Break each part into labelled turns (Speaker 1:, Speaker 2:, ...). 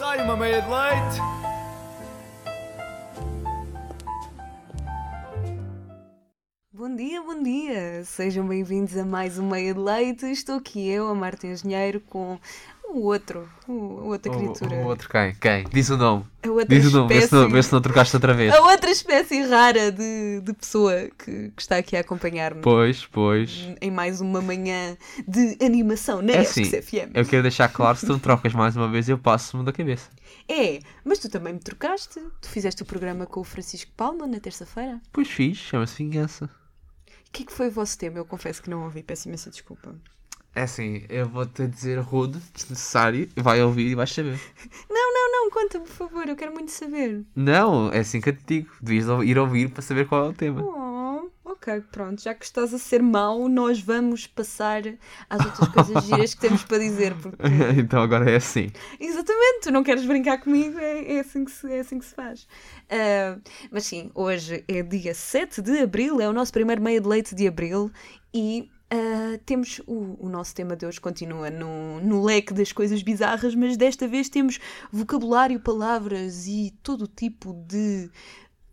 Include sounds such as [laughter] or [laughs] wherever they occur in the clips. Speaker 1: time. I made it late.
Speaker 2: Bom dia, bom dia! Sejam bem-vindos a mais um Meia de Leite. Estou aqui eu, a Marta Engenheiro, com o outro, o- a outra criatura.
Speaker 3: O, o outro quem? Quem? Diz o nome.
Speaker 2: A outra
Speaker 3: Diz o nome, vê se não,
Speaker 2: espécie.
Speaker 3: vê se não trocaste outra vez.
Speaker 2: A outra espécie rara de, de pessoa que, que está aqui a acompanhar-me
Speaker 3: Pois, pois.
Speaker 2: em mais uma manhã de animação na
Speaker 3: É
Speaker 2: Esques
Speaker 3: assim,
Speaker 2: FM.
Speaker 3: eu quero deixar claro, se tu me trocas mais uma vez, eu passo-me da cabeça.
Speaker 2: É, mas tu também me trocaste. Tu fizeste o programa com o Francisco Palma na terça-feira.
Speaker 3: Pois fiz, chama-se vingança.
Speaker 2: O que é que foi o vosso tema? Eu confesso que não ouvi, peço imensa desculpa.
Speaker 3: É assim, eu vou-te dizer rude, desnecessário, vai ouvir e vais saber.
Speaker 2: Não, não, não, conta-me, por favor, eu quero muito saber.
Speaker 3: Não, é assim que eu te digo, devias ir ouvir para saber qual é o tema. [laughs]
Speaker 2: Oh, ok, pronto. Já que estás a ser mau, nós vamos passar às outras coisas giras que temos para dizer.
Speaker 3: [laughs]
Speaker 2: Porque...
Speaker 3: então agora é assim.
Speaker 2: Exatamente, tu não queres brincar comigo, é, é assim, que se, é assim que se faz. Ah, mas sim, hoje é dia 7 de abril, é o nosso primeiro meio de leite de abril e. ah, temos o, o nosso tema de hoje continua no, no leque das coisas bizarras, mas desta vez temos vocabulário, palavras e todo tipo de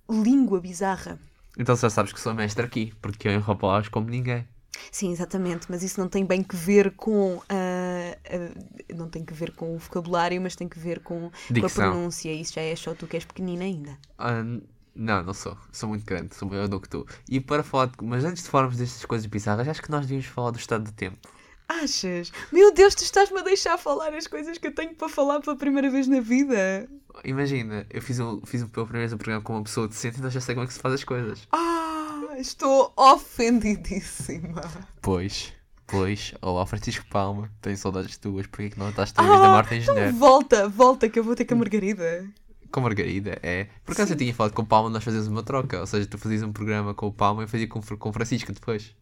Speaker 2: língua bizarra.
Speaker 3: Então já sabes que sou mestre aqui, porque eu enrolo palavras como ninguém.
Speaker 2: Sim, exatamente, mas isso não tem bem que ver com ah, ah, não tem que ver com o vocabulário, mas tem que ver com, com a
Speaker 3: Dicção.
Speaker 2: pronúncia. Isso já é só tu que és pequenina ainda.
Speaker 3: Ah, n- não, não sou. Sou muito grande, sou maior do que tu. E para falar de... Mas antes de falarmos destas coisas bizarras, acho que nós devíamos falar do estado do tempo.
Speaker 2: Achas? Meu Deus, tu estás-me a deixar falar as coisas que eu tenho para falar pela primeira vez na vida.
Speaker 3: Imagina, eu fiz, um, fiz um, pela primeira vez um programa com uma pessoa decente, então já sei como é que se faz as coisas.
Speaker 2: Ah, estou ofendidíssima.
Speaker 3: Pois, pois, olá Francisco Palma, tenho saudades tuas, porque é que não estás
Speaker 2: Ah,
Speaker 3: a vez da Marta
Speaker 2: então
Speaker 3: Engenheiro?
Speaker 2: volta, volta que eu vou ter com a Margarida.
Speaker 3: Com Margarida, é. Por acaso eu tinha falado com o Palma, nós fazíamos uma troca, ou seja, tu fazias um programa com o Palma e eu fazia com, o Fr- com o Francisco depois.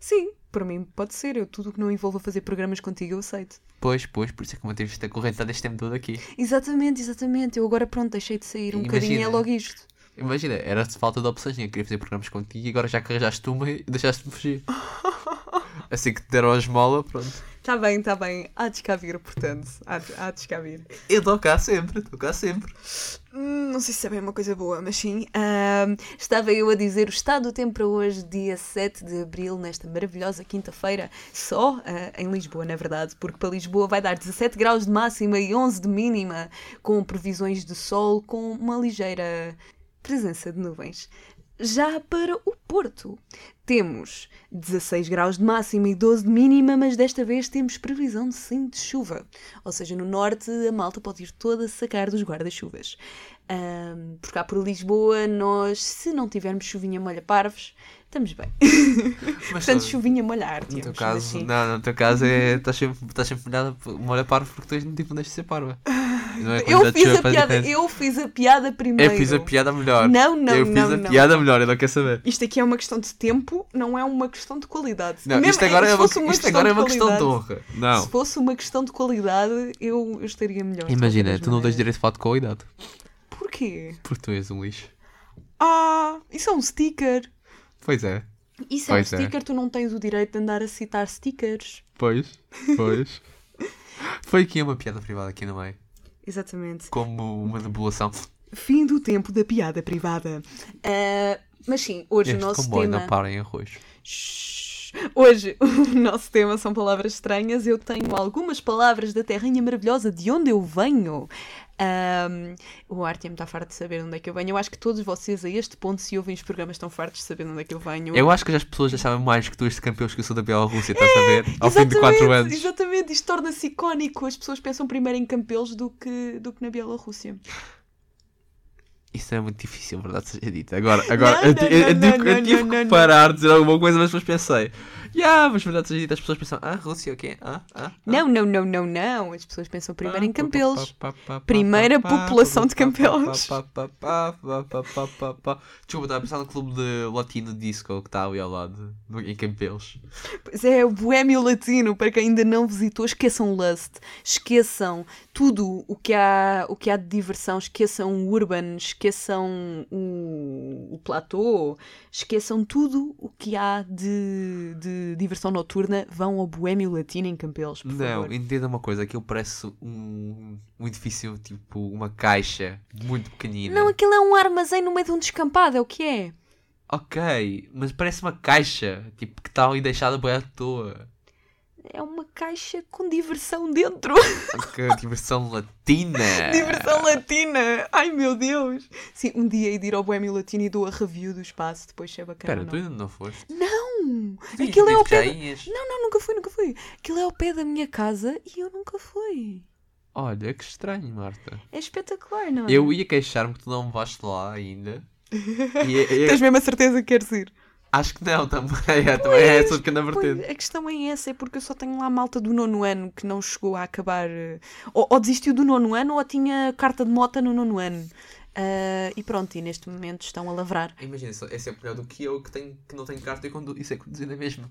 Speaker 2: Sim, para mim pode ser. Eu tudo o que não envolva fazer programas contigo eu aceito.
Speaker 3: Pois, pois, por isso é que manteve esta corrente deste tempo todo aqui.
Speaker 2: Exatamente, exatamente. Eu agora pronto, deixei de sair um bocadinho e é
Speaker 3: Imagina.
Speaker 2: logo isto.
Speaker 3: Imagina, era falta de opções, eu queria fazer programas contigo e agora já que arranjaste uma e deixaste-me
Speaker 2: [laughs]
Speaker 3: fugir. Assim que te deram a esmola, pronto.
Speaker 2: Tá bem, tá bem. Há de cá vir, portanto. Há de, há de cá vir.
Speaker 3: Eu estou cá sempre, estou cá sempre.
Speaker 2: Hum, Não sei se é bem uma coisa boa, mas sim. Ahm, estava eu a dizer o estado do tempo para hoje, dia 7 de abril, nesta maravilhosa quinta-feira, só ah, em Lisboa, na verdade, porque para Lisboa vai dar 17 graus de máxima e 11 de mínima, com previsões de sol, com uma ligeira presença de nuvens. Já para o Porto, temos 16 graus de máxima e 12 de mínima, mas desta vez temos previsão de sim de chuva. Ou seja, no norte a malta pode ir toda sacar dos guarda-chuvas. Ahm, por cá por Lisboa, nós, se não tivermos chuvinha molha parvos, estamos bem. [laughs]
Speaker 3: Mas
Speaker 2: Portanto,
Speaker 3: ah,
Speaker 2: chuvinha molha arte.
Speaker 3: no teu
Speaker 2: digamos
Speaker 3: caso,
Speaker 2: assim.
Speaker 3: não, no teu caso é. Estás sempre, estás sempre molhada, por- molha parvo porque tu és tipo, não de ser parva. Não é
Speaker 2: Eu
Speaker 3: quantidade de
Speaker 2: fiz,
Speaker 3: chuva
Speaker 2: a
Speaker 3: faz
Speaker 2: piada,
Speaker 3: diferença.
Speaker 2: eu fiz a piada primeiro.
Speaker 3: Eu fiz a piada melhor.
Speaker 2: Não, não,
Speaker 3: Eu fiz
Speaker 2: não,
Speaker 3: a
Speaker 2: não.
Speaker 3: piada melhor, eu não quero saber.
Speaker 2: Isto aqui é uma questão de tempo, não é uma questão de qualidade.
Speaker 3: Não,
Speaker 2: Mesmo-
Speaker 3: isto agora
Speaker 2: se
Speaker 3: é uma,
Speaker 2: fosse um
Speaker 3: isto agora é uma questão de
Speaker 2: qualidade-
Speaker 3: honra. Não.
Speaker 2: Se fosse uma questão de qualidade, eu, eu estaria melhor. de
Speaker 3: Imagina,
Speaker 2: qualquer
Speaker 3: tu não tens
Speaker 2: maneira.
Speaker 3: direito de falar de qualidade
Speaker 2: Porquê?
Speaker 3: porque tu és um lixo.
Speaker 2: Ah, isso é um sticker.
Speaker 3: Pois é.
Speaker 2: Isso
Speaker 3: Pois
Speaker 2: é
Speaker 3: é.
Speaker 2: um sticker, tu não tens o direito de andar a citar stickers.
Speaker 3: Pois, pois. [laughs] Foi aqui uma piada privada aqui no meio.
Speaker 2: Exatamente.
Speaker 3: Como uma nebulação.
Speaker 2: Fim do tempo da piada privada. Ah, mas sim, hoje
Speaker 3: Este
Speaker 2: o nosso
Speaker 3: comboio
Speaker 2: tema.
Speaker 3: não para em arroz.
Speaker 2: Shhh. Hoje [laughs] o nosso tema são palavras estranhas. Eu tenho algumas palavras da terrinha maravilhosa de onde eu venho. Ahm, o Artem está farto de saber de onde é que eu venho. Eu acho que todos vocês, a este ponto, se ouvem os programas, estão fartos de saber de onde é que eu venho.
Speaker 3: Eu acho que já as pessoas já sabem mais que tu és campeões que eu sou da Bielorrússia, estás
Speaker 2: [laughs]
Speaker 3: a ver? Ao fim de 4 anos.
Speaker 2: Exatamente, isto torna-se icónico. As pessoas pensam primeiro em campelos do que, do que na Bielorrússia.
Speaker 3: Ah. Isso é muito difícil, verdade seja dita. Agora,
Speaker 2: Não,
Speaker 3: agora eu, ti-
Speaker 2: não,
Speaker 3: eu- eu
Speaker 2: não,
Speaker 3: tive, eu
Speaker 2: não,
Speaker 3: tive
Speaker 2: não,
Speaker 3: que
Speaker 2: não,
Speaker 3: parar de dizer alguma coisa, mas depois pensei. Yeah, mas verdade seja dita, as pessoas pensam, ah, Rússia, o quê? Ah, ah.
Speaker 2: Não, não, não, não, não. As pessoas pensam primeiro
Speaker 3: um
Speaker 2: em campelos. Primeira
Speaker 3: Primeira
Speaker 2: população de Campelos.
Speaker 3: Desculpa, estava a pensar no clube de latino disco que está ali ao lado, no- em Campelos.
Speaker 2: Pois é, o boêmio latino, para quem ainda não visitou, esqueçam Lust, esqueçam tudo o que há, o que há de diversão, esqueçam o urban, esqueçam o, o platô, esqueçam tudo o que há de, de de diversão noturna, vão ao Boêmio Latino em Campelos, por
Speaker 3: Não,
Speaker 2: favor.
Speaker 3: entenda uma coisa, aquilo parece um, um edifício, tipo uma caixa muito pequenina.
Speaker 2: Não, aquilo é um armazém no meio de um descampado, é o que é?
Speaker 3: Ok, mas parece uma caixa, tipo, que está ali deixada bem à toa.
Speaker 2: É uma caixa com diversão dentro. [laughs]
Speaker 3: Que [laughs] diversão latina!
Speaker 2: Diversão
Speaker 3: É.
Speaker 2: latina! Ai meu Deus! Sim, um dia hei de ir ao Boêmio Latino e dou a review do espaço, depois se é
Speaker 3: Espera,
Speaker 2: bacana. ou
Speaker 3: tu
Speaker 2: não.
Speaker 3: ainda não foste?
Speaker 2: Não!
Speaker 3: Sim,
Speaker 2: Aquilo é
Speaker 3: disse
Speaker 2: ao
Speaker 3: que já
Speaker 2: pé. da-
Speaker 3: ias.
Speaker 2: Não, não, nunca fui, nunca fui. Aquilo é ao pé da minha casa e eu nunca fui.
Speaker 3: Olha, que estranho, Marta.
Speaker 2: É espetacular, não é?
Speaker 3: Eu ia queixar-me que tu não me vaste lá
Speaker 2: [laughs]
Speaker 3: ainda. E, e-
Speaker 2: Tens mesmo a certeza que queres ir?
Speaker 3: acho que não, também. [laughs] É, também é essa pequena vertente.
Speaker 2: Pois, a questão é essa, é porque eu só tenho lá a malta do nono ano que não chegou a acabar. eh, Ou, ou desistiu do nono ano ou tinha carta de mota no nono ano. Ah, e pronto, e neste momento estão a lavrar.
Speaker 3: Imagina, só- é sempre melhor do que eu que, tenho, que não tenho carta e condu- isso é conduzir na mesma.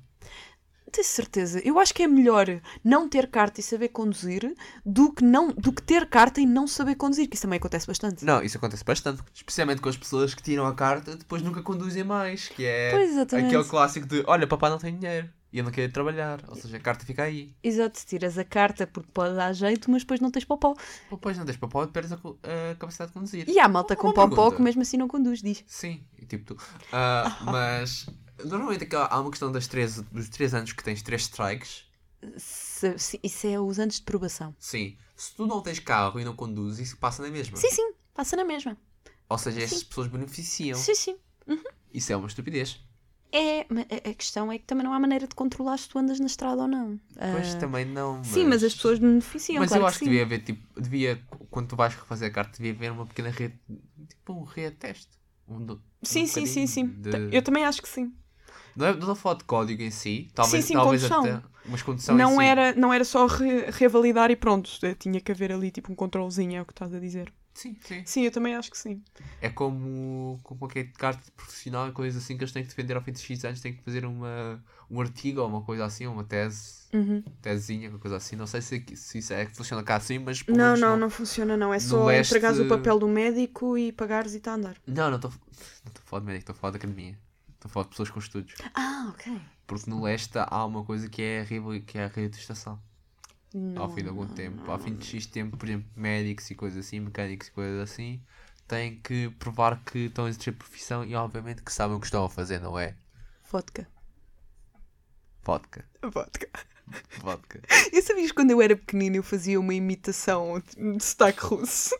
Speaker 2: Tenho certeza. Eu acho que é melhor não ter carta e saber conduzir do que, não, do que ter carta e não saber conduzir, que isso também acontece bastante.
Speaker 3: Não, isso acontece bastante, especialmente com as pessoas que tiram a carta depois nunca conduzem mais, que é
Speaker 2: Pois, exatamente.
Speaker 3: aquele clássico de olha, papá não tem dinheiro e eu não quero ir trabalhar, ou seja, a carta fica aí.
Speaker 2: Exato, tiras a carta porque pode dar jeito, mas depois não tens popó.
Speaker 3: Ou depois não tens papá e perdes a, co- a capacidade de conduzir.
Speaker 2: E há malta com
Speaker 3: Uma
Speaker 2: popó
Speaker 3: pergunta.
Speaker 2: que mesmo assim não conduz, diz.
Speaker 3: Sim, e tipo tu. Ah,
Speaker 2: [laughs]
Speaker 3: mas normalmente aquela- há uma questão das três, dos 3 anos que tens 3 strikes.
Speaker 2: Se- se- isso é os anos de probação.
Speaker 3: Sim. Se tu não tens carro e não conduzes, isso passa na mesma.
Speaker 2: Sim, sim, passa na mesma.
Speaker 3: Ou seja, essas
Speaker 2: Sim.
Speaker 3: pessoas beneficiam.
Speaker 2: Sim, sim.
Speaker 3: Isso é uma estupidez.
Speaker 2: É, mas a a questão é que também não há maneira de controlar se tu andas na estrada ou não. Ah,
Speaker 3: Mas também não.
Speaker 2: Sim, mas as pessoas beneficiam,
Speaker 3: Mas
Speaker 2: claro
Speaker 3: eu acho que,
Speaker 2: que sim.
Speaker 3: devia haver, tipo, devia, quando tu vais refazer a carta, devia haver uma pequena rede, tipo um reateste. Um, do- um
Speaker 2: Sim, sim, sim, sim.
Speaker 3: bocadinho de-
Speaker 2: Eu também acho que sim.
Speaker 3: Não é, não estou a falar de código em si, talvez,
Speaker 2: sim,
Speaker 3: talvez
Speaker 2: condução.
Speaker 3: até, mas condução em
Speaker 2: não,
Speaker 3: si.
Speaker 2: era, não era só re- revalidar e pronto, eh, tinha que haver ali tipo um controlezinho, é o que estás a dizer.
Speaker 3: Sim, sim.
Speaker 2: Sim, eu também acho que sim.
Speaker 3: É como com qualquer carta de profissional e coisas assim que eles têm que defender ao fim de X anos, têm que fazer uma, um artigo ou uma coisa assim, uma tese,
Speaker 2: Uhum.
Speaker 3: tesezinha, uma coisa assim. Não sei se, aqui- se isso é que funciona cá assim, mas. pelo
Speaker 2: Não,
Speaker 3: menos
Speaker 2: não, não funciona não. É
Speaker 3: no
Speaker 2: só
Speaker 3: leste-
Speaker 2: entregares o papel do médico e pagares e está a andar.
Speaker 3: Não, não estou não estou a falar de médico, estou a falar de academia. Estou a falar de pessoas com estudos.
Speaker 2: Ah, ok.
Speaker 3: Porque no leste há uma coisa que é a, rival- que é a reatestação. ao fim de algum tempo, ao fim de X tempo, por exemplo, médicos e coisas assim, mecânicos e coisas assim, têm que provar que estão a exercer profissão e obviamente que sabem o que estão a fazer, não é?
Speaker 2: Vodka.
Speaker 3: Vodka.
Speaker 2: Vodka.
Speaker 3: Vodka.
Speaker 2: Eu sabias que quando eu era pequenina eu fazia uma imitação de sotaque russo?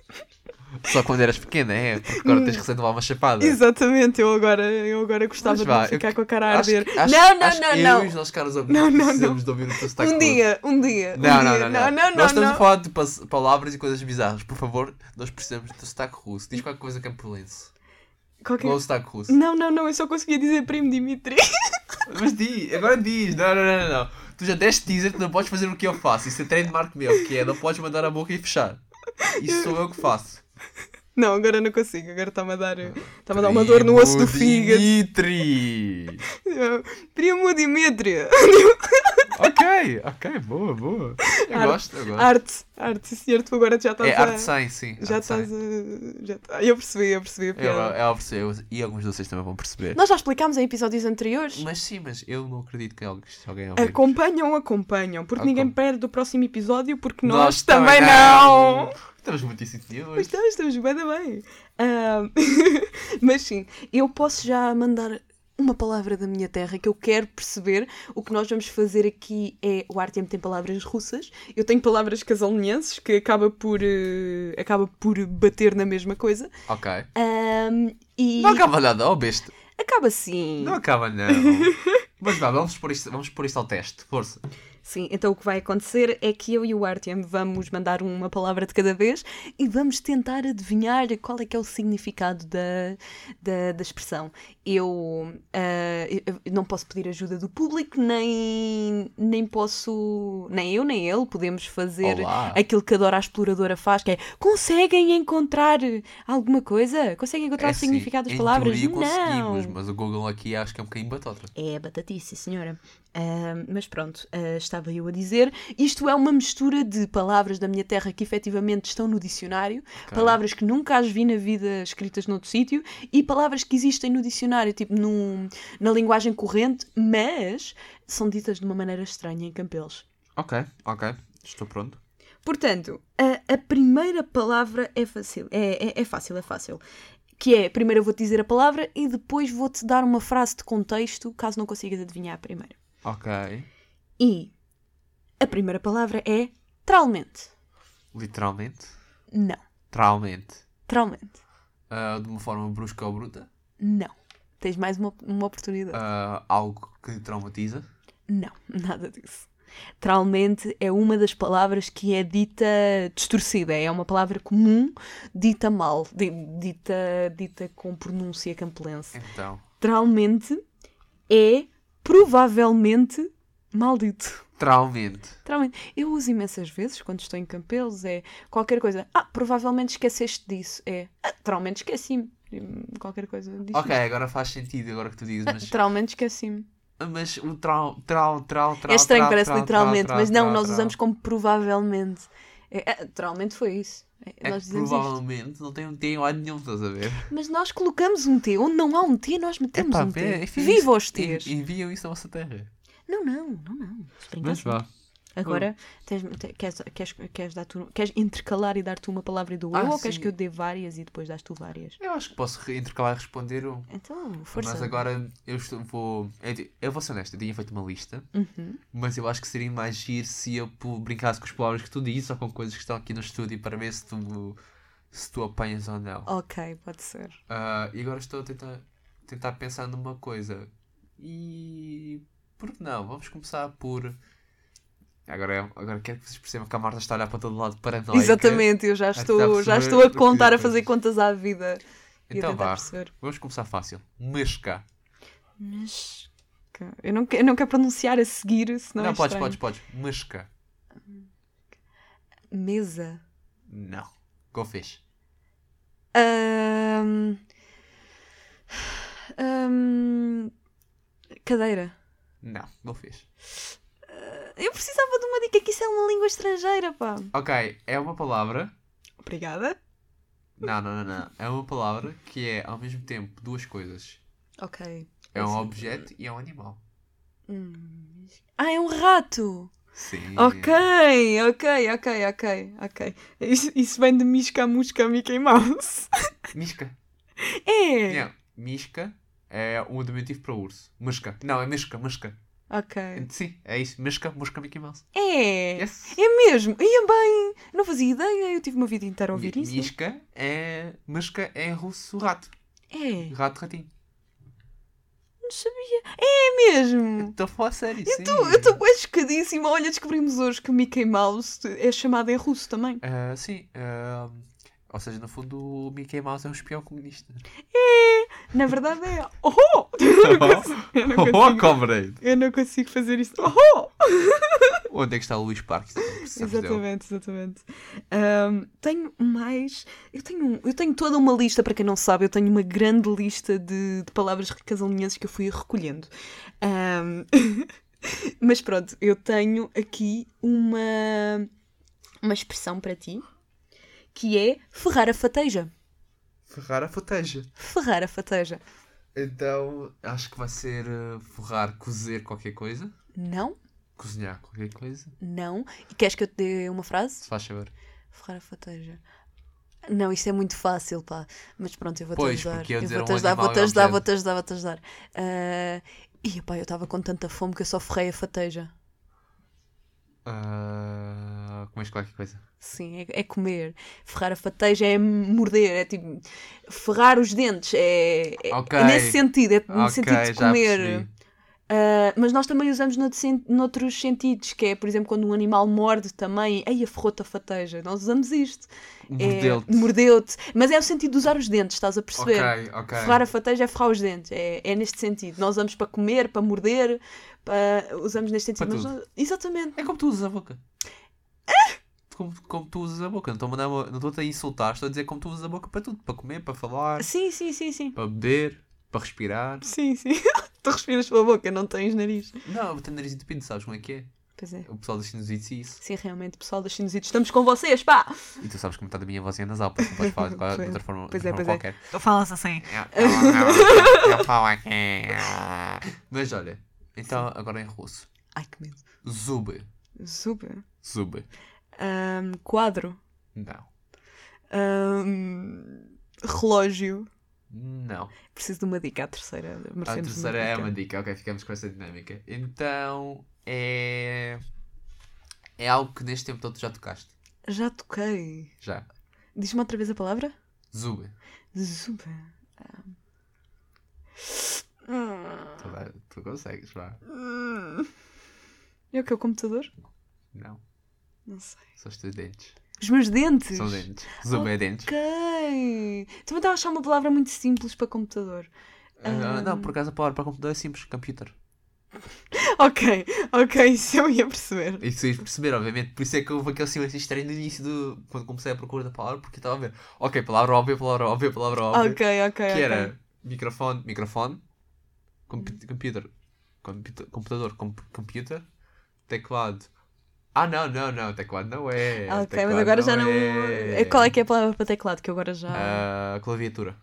Speaker 3: Só quando eras pequena, é? Porque agora tens que levar uma chapada.
Speaker 2: Exatamente, eu agora, eu agora gostava
Speaker 3: Mas
Speaker 2: de
Speaker 3: vá,
Speaker 2: não ficar
Speaker 3: eu-
Speaker 2: com a cara a
Speaker 3: Acho que-
Speaker 2: arder.
Speaker 3: acho-
Speaker 2: não, não,
Speaker 3: acho
Speaker 2: não,
Speaker 3: que Eu e
Speaker 2: não.
Speaker 3: os nossos caros
Speaker 2: Não,
Speaker 3: ouvintes
Speaker 2: não, não.
Speaker 3: precisamos de ouvir o teu sotaque
Speaker 2: Um
Speaker 3: russo.
Speaker 2: dia, um dia. um
Speaker 3: Não, não, não,
Speaker 2: dia.
Speaker 3: não.
Speaker 2: não,
Speaker 3: Nós estamos
Speaker 2: não.
Speaker 3: a falar de pas- palavras e coisas bizarras. Por favor, nós precisamos do teu sotaque russo. Diz qualquer coisa campolense.
Speaker 2: Qualquer-
Speaker 3: Qual é o sotaque russo?
Speaker 2: Não, não, não, eu só conseguia dizer primo Dimitri. [laughs]
Speaker 3: Mas diz, agora diz. Não, não, não, não, não. Tu já deste teaser, tu não podes fazer o que eu faço. Isso é trademark meu, que é não podes mandar a boca e fechar. Isso sou eu que faço.
Speaker 2: Não, agora não consigo, agora está-me a dar, está-me a dar uma dor no osso do fígado.
Speaker 3: Dimitri!
Speaker 2: Primo Dimitri.
Speaker 3: Ok, ok, boa, boa. Eu
Speaker 2: Arte-
Speaker 3: gosto, eu gosto.
Speaker 2: Arte, arte, sim, senhor, tu agora já estás
Speaker 3: Ah. é
Speaker 2: a...
Speaker 3: arte sem, sim.
Speaker 2: já
Speaker 3: arte
Speaker 2: estás
Speaker 3: sem.
Speaker 2: a... Já tá- Eu percebi, eu percebi a
Speaker 3: Eu, é.
Speaker 2: piada.
Speaker 3: eu percebo, e alguns de vocês também vão perceber.
Speaker 2: Nós já explicámos em episódios anteriores.
Speaker 3: Mas sim, mas eu não acredito que alguém, que alguém ouvir.
Speaker 2: Acompanham, acompanham, porque
Speaker 3: Acom-
Speaker 2: ninguém perde o próximo episódio, porque nós, também não.
Speaker 3: Estamos muito em sintonia
Speaker 2: Pois
Speaker 3: hoje.
Speaker 2: estamos, estamos bem, da bem. Ahm, [laughs] mas sim, eu posso já mandar uma palavra da minha terra que eu quero perceber. O que nós vamos fazer aqui é. O Artem tem palavras russas, eu tenho palavras casalonenses, que acaba por, eh, acaba por bater na mesma coisa.
Speaker 3: Ok.
Speaker 2: Ahm, e.
Speaker 3: Não acaba nada, ó besta.
Speaker 2: Acaba assim. sim.
Speaker 3: Não acaba não. [laughs] mas vá, vamos pôr isto, vamos pôr isto ao teste. Força.
Speaker 2: Sim, então o que vai acontecer é que eu e o Artem vamos mandar uma palavra de cada vez e vamos tentar adivinhar qual é que é o significado da, da, da expressão. Eu, ah, eu- eu não posso pedir ajuda do público, nem, nem posso, nem eu nem ele podemos fazer
Speaker 3: Olá.
Speaker 2: aquilo que a Dora a Exploradora faz, que é conseguem encontrar alguma coisa? Conseguem encontrar é o
Speaker 3: sim,
Speaker 2: significado das
Speaker 3: É assim, em
Speaker 2: palavras?
Speaker 3: teoria
Speaker 2: Não!
Speaker 3: conseguimos, mas o Google aqui acho que é um bocadinho batota.
Speaker 2: É batatice, senhora. Ah, mas pronto, ah, estava eu a dizer. Isto é uma mistura de palavras da minha terra que efetivamente estão no dicionário,
Speaker 3: Ok.
Speaker 2: palavras que nunca as vi na vida escritas noutro sítio e palavras que existem no dicionário, tipo num, na linguagem corrente, mas são ditas de uma maneira estranha em Campelos.
Speaker 3: Ok, ok. Estou pronto.
Speaker 2: Portanto, a, a primeira palavra é fácil. É, é- é fácil, é fácil. Que é, primeiro eu vou-te dizer a palavra e depois vou-te dar uma frase de contexto, caso não consigas adivinhar a primeira.
Speaker 3: Ok.
Speaker 2: E a primeira palavra é tralmente.
Speaker 3: Literalmente.
Speaker 2: Não.
Speaker 3: Traumente.
Speaker 2: Tralmente.
Speaker 3: Ah, de uma forma brusca ou bruta.
Speaker 2: Não. Tens mais uma, uma oportunidade.
Speaker 3: Ah, algo que te traumatiza.
Speaker 2: Não, [laughs] nada disso. Tralmente é uma das palavras que é dita distorcida, é uma palavra comum dita mal, di- dita, dita com pronúncia campelense.
Speaker 3: Então.
Speaker 2: Tralmente é provavelmente maldito.
Speaker 3: Traumente.
Speaker 2: Tralmente. Eu uso imensas vezes quando estou em campelos, é qualquer coisa. Ah, provavelmente esqueceste disso. É, ah, tralmente esqueci-me. Hum, Qualquer coisa disso.
Speaker 3: Ok, agora faz sentido agora que tu dizes, mas,
Speaker 2: Tralmente esqueci-me.
Speaker 3: mas o trau, trau, trau, trau.
Speaker 2: É estranho,
Speaker 3: trau,
Speaker 2: parece
Speaker 3: trau,
Speaker 2: literalmente,
Speaker 3: trau,
Speaker 2: mas não,
Speaker 3: trau,
Speaker 2: nós
Speaker 3: trau.
Speaker 2: usamos como provavelmente. É, é, literalmente foi isso. É,
Speaker 3: É
Speaker 2: nós
Speaker 3: que
Speaker 2: dizemos isto.
Speaker 3: provavelmente não tem um T em lado nenhum, estás a ver?
Speaker 2: Mas nós colocamos um T. Onde não há um T, nós metemos
Speaker 3: Epá,
Speaker 2: um T.
Speaker 3: vê, enfim,
Speaker 2: Viva os
Speaker 3: en-
Speaker 2: T's!
Speaker 3: Enviam isso à vossa terra.
Speaker 2: Não, não, não, não.
Speaker 3: Mas
Speaker 2: Brincadeira.
Speaker 3: vá.
Speaker 2: Agora, tens- te- queres, queres, queres, dar tu, queres intercalar e dar-te uma palavra e do
Speaker 3: Ah,
Speaker 2: eu ou
Speaker 3: sim.
Speaker 2: queres que eu dê várias e depois dás tu várias?
Speaker 3: Eu acho que posso re- intercalar e responder um.
Speaker 2: Então, força.
Speaker 3: Mas agora eu estou- vou. eu ti- Eu vou ser honesto, eu tinha feito uma lista,
Speaker 2: Uhum.
Speaker 3: mas eu acho que seria mais giro se eu pu- brincasse com as palavras que tu dizes ou com coisas que estão aqui no estúdio para ver se tu, se tu apanhas ou não.
Speaker 2: Ok, pode ser.
Speaker 3: Ah, e agora estou a tentar, tentar pensar numa coisa. E. Por que não? Vamos começar por. Agora, é- agora quero que vocês percebam que a Marta está a olhar para todo lado paranoica.
Speaker 2: Exatamente, eu já
Speaker 3: que dá
Speaker 2: estou,
Speaker 3: para
Speaker 2: já
Speaker 3: perceber
Speaker 2: estou a
Speaker 3: o que
Speaker 2: contar, a
Speaker 3: dizes.
Speaker 2: fazer contas à vida e a
Speaker 3: Então
Speaker 2: tentar
Speaker 3: vá,
Speaker 2: perceber.
Speaker 3: vamos começar fácil. Mesca.
Speaker 2: Mas. que- Eu não, que- eu não quero pronunciar a seguir, senão.
Speaker 3: Não,
Speaker 2: é
Speaker 3: podes,
Speaker 2: estranho.
Speaker 3: podes, podes. Mesca.
Speaker 2: Mesa.
Speaker 3: Não. Golfes.
Speaker 2: Ahm, ahm, Cadeira.
Speaker 3: Não. Golfes.
Speaker 2: Eu precisava de uma dica que isso é uma língua estrangeira, pá.
Speaker 3: Ok, é uma palavra.
Speaker 2: Obrigada.
Speaker 3: Não, não, não, não. É uma palavra que é ao mesmo tempo duas coisas.
Speaker 2: Ok.
Speaker 3: É um
Speaker 2: Sim.
Speaker 3: objeto e é um animal.
Speaker 2: Hum. Ah, é um rato!
Speaker 3: Sim.
Speaker 2: Ok, ok, ok, ok, ok. Isso, isso vem de Misca Musca Mickey Mouse. [laughs]
Speaker 3: Misca.
Speaker 2: É!
Speaker 3: Não, misca é um diminutivo para urso. Musca. Não, é mesca, musca.
Speaker 2: Ok.
Speaker 3: Sim, é isso. Mesca, musca, Mickey Mouse.
Speaker 2: É! [laughs]
Speaker 3: Yes.
Speaker 2: É mesmo? Ia bem! Não fazia ideia, eu tive uma vida inteira a ouvir
Speaker 3: Mi-
Speaker 2: isso.
Speaker 3: Misca é... Musca é russo rato.
Speaker 2: É,
Speaker 3: Rato, ratinho.
Speaker 2: não sabia. É mesmo!
Speaker 3: Estou a falar sério, sim.
Speaker 2: Tô- Eu estou bem chocadíssima. Olha, descobrimos hoje que Mickey Mouse é chamado em russo também.
Speaker 3: Ah, sim. ah, ou seja, no fundo, o Mickey Mouse é um espião comunista.
Speaker 2: Na verdade é. Oh! [laughs] Eu não consigo, [laughs] eu
Speaker 3: Oh,
Speaker 2: não consigo,
Speaker 3: comrade!
Speaker 2: eu não consigo fazer isso. Oh!
Speaker 3: Onde é que está o Luís Parques? Não precisamos dele.
Speaker 2: Exatamente, exatamente. Ahm, tenho mais. Eu tenho, eu tenho toda uma lista, para quem não sabe, eu tenho uma grande lista de, de palavras casalinhenses que eu fui recolhendo. Ahm, [laughs] mas pronto, eu tenho aqui uma, uma expressão para ti que é ferrar a fateja.
Speaker 3: Ferrar a foteja.
Speaker 2: Ferrar a fateja.
Speaker 3: Então, acho que vai ser ah, ferrar, cozer qualquer coisa.
Speaker 2: Não,
Speaker 3: Cozinhar qualquer coisa.
Speaker 2: não. E queres que eu te dê uma frase?
Speaker 3: Se faz saber.
Speaker 2: Ferrar a fateja. Não, isto é muito fácil, pá. Mas pronto, eu vou-te
Speaker 3: Pois,
Speaker 2: ajudar.
Speaker 3: porque ia
Speaker 2: Eu
Speaker 3: dizer
Speaker 2: vou-te
Speaker 3: um
Speaker 2: ajudar,
Speaker 3: animal
Speaker 2: vou-te
Speaker 3: e um
Speaker 2: ajudar,
Speaker 3: objeto.
Speaker 2: vou-te ajudar, vou-te ajudar. Ah, E pá, eu estava com tanta fome que eu só ferrei a fateja.
Speaker 3: Ah, comes qualquer coisa.
Speaker 2: Sim, é, é comer. Ferrar a fateja é morder, é tipo. Ferrar os dentes, é. é-
Speaker 3: Ok.
Speaker 2: é nesse sentido, é no
Speaker 3: Ok,
Speaker 2: sentido
Speaker 3: já
Speaker 2: de comer.
Speaker 3: percebi.
Speaker 2: Ah, mas nós também usamos noutro sen- noutros sentidos, que é, por exemplo, quando um animal morde também, aí a ferrota fateja. Nós usamos isto.
Speaker 3: Um
Speaker 2: É,
Speaker 3: Mordeu-te.
Speaker 2: mordeu-te. Mas é o sentido de usar os dentes, estás a perceber?
Speaker 3: Ok, ok.
Speaker 2: Ferrar a fateja é ferrar os dentes. É, é neste sentido. Nós usamos para comer, para morder, para- usamos neste sentido.
Speaker 3: Para
Speaker 2: mas
Speaker 3: tudo.
Speaker 2: não- Exatamente.
Speaker 3: É como tu usas a boca. Como, como tu usas a boca. Não estou a mandar uma- não estou-te a insultar, estou a dizer como tu usas a boca para tudo. Para comer, para falar,
Speaker 2: Sim, sim, sim, sim.
Speaker 3: para beber, para respirar. [laughs]
Speaker 2: Sim, sim. tu respiras pela boca, não tens nariz.
Speaker 3: Não, eu tenho nariz entupido, sabes como é que é?
Speaker 2: Pois é.
Speaker 3: O pessoal dos sinusites e isso.
Speaker 2: Sim, realmente, pessoal das sinusites, estamos com vocês, pá!
Speaker 3: E tu sabes que metade da minha voz é nasal, porque não podes falar de qual- de outra forma, de
Speaker 2: Pois é,
Speaker 3: forma
Speaker 2: pois é.
Speaker 3: qualquer.
Speaker 1: Tu falas
Speaker 3: [laughs]
Speaker 1: assim.
Speaker 3: Eu falo aqui. Mas olha, então agora em russo.
Speaker 2: Ai, que medo.
Speaker 3: Zube.
Speaker 2: Super.
Speaker 3: Zube.
Speaker 2: Ahm, quadro.
Speaker 3: Não.
Speaker 2: Ahm, relógio.
Speaker 3: Não.
Speaker 2: Preciso de uma dica, a terceira. merecemos
Speaker 3: A
Speaker 2: uma
Speaker 3: terceira é
Speaker 2: dica.
Speaker 3: uma dica, ok, ficamos com essa dinâmica. Então é. É algo que neste tempo todo já tocaste.
Speaker 2: Já toquei.
Speaker 3: Já.
Speaker 2: Diz-me outra vez a palavra?
Speaker 3: Zube.
Speaker 2: Zuba. É.
Speaker 3: Tu, vai- tu consegues, vá.
Speaker 2: É o que? O computador?
Speaker 3: Não.
Speaker 2: Não sei.
Speaker 3: São os teus dentes.
Speaker 2: Os meus dentes?
Speaker 3: São dentes. Zube é dentes.
Speaker 2: Ok. Também estava a achar uma palavra muito simples para computador. [laughs]
Speaker 3: Ah, não, por acaso a palavra para computador é simples. Computer.
Speaker 2: Ok, ok, isso eu ia perceber.
Speaker 3: Isso vocês perceberam, obviamente. Por isso é que houve aquele silêncio estranho no início do. Quando comecei a procura da palavra, porque eu estava a ver. Ok, palavra óbvia, palavra óbvia, palavra óbvia.
Speaker 2: Ok, ok.
Speaker 3: Que
Speaker 2: ok.
Speaker 3: era microfone, microfone, compu- computer, computa- computador, comp- computer, teclado. Ah, não, não, não, teclado não é.
Speaker 2: Ok, mas
Speaker 3: teclado
Speaker 2: agora já não. Qual é que é a palavra para teclado? Que eu agora já.
Speaker 3: Ah, claviatura.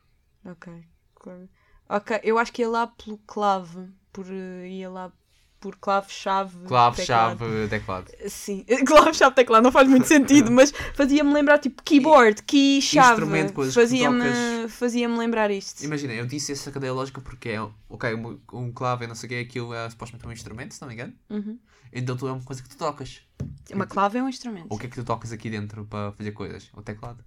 Speaker 2: Ok. claro. Ok, eu acho que ia lá pelo clave. Por, eh, ia lá por clave-chave.
Speaker 3: Clave,
Speaker 2: teclado.
Speaker 3: chave, teclado.
Speaker 2: Sim, [laughs] claro, chave teclado não faz
Speaker 3: [laughs]
Speaker 2: muito sentido, mas fazia-me lembrar tipo keyboard, key, chave.
Speaker 3: Instrumento, coisas que tu
Speaker 2: Fazia-me
Speaker 3: tocas.
Speaker 2: fazia lembrar isto.
Speaker 3: Imagina, eu disse essa cadeia lógica porque é. Ok, um, um clave, não sei o que, aquilo é supostamente um instrumento, se não me engano.
Speaker 2: Uhum.
Speaker 3: Então tu é uma coisa que tu tocas.
Speaker 2: Uma clave é um instrumento.
Speaker 3: O que é que tu tocas aqui dentro para fazer coisas? O teclado.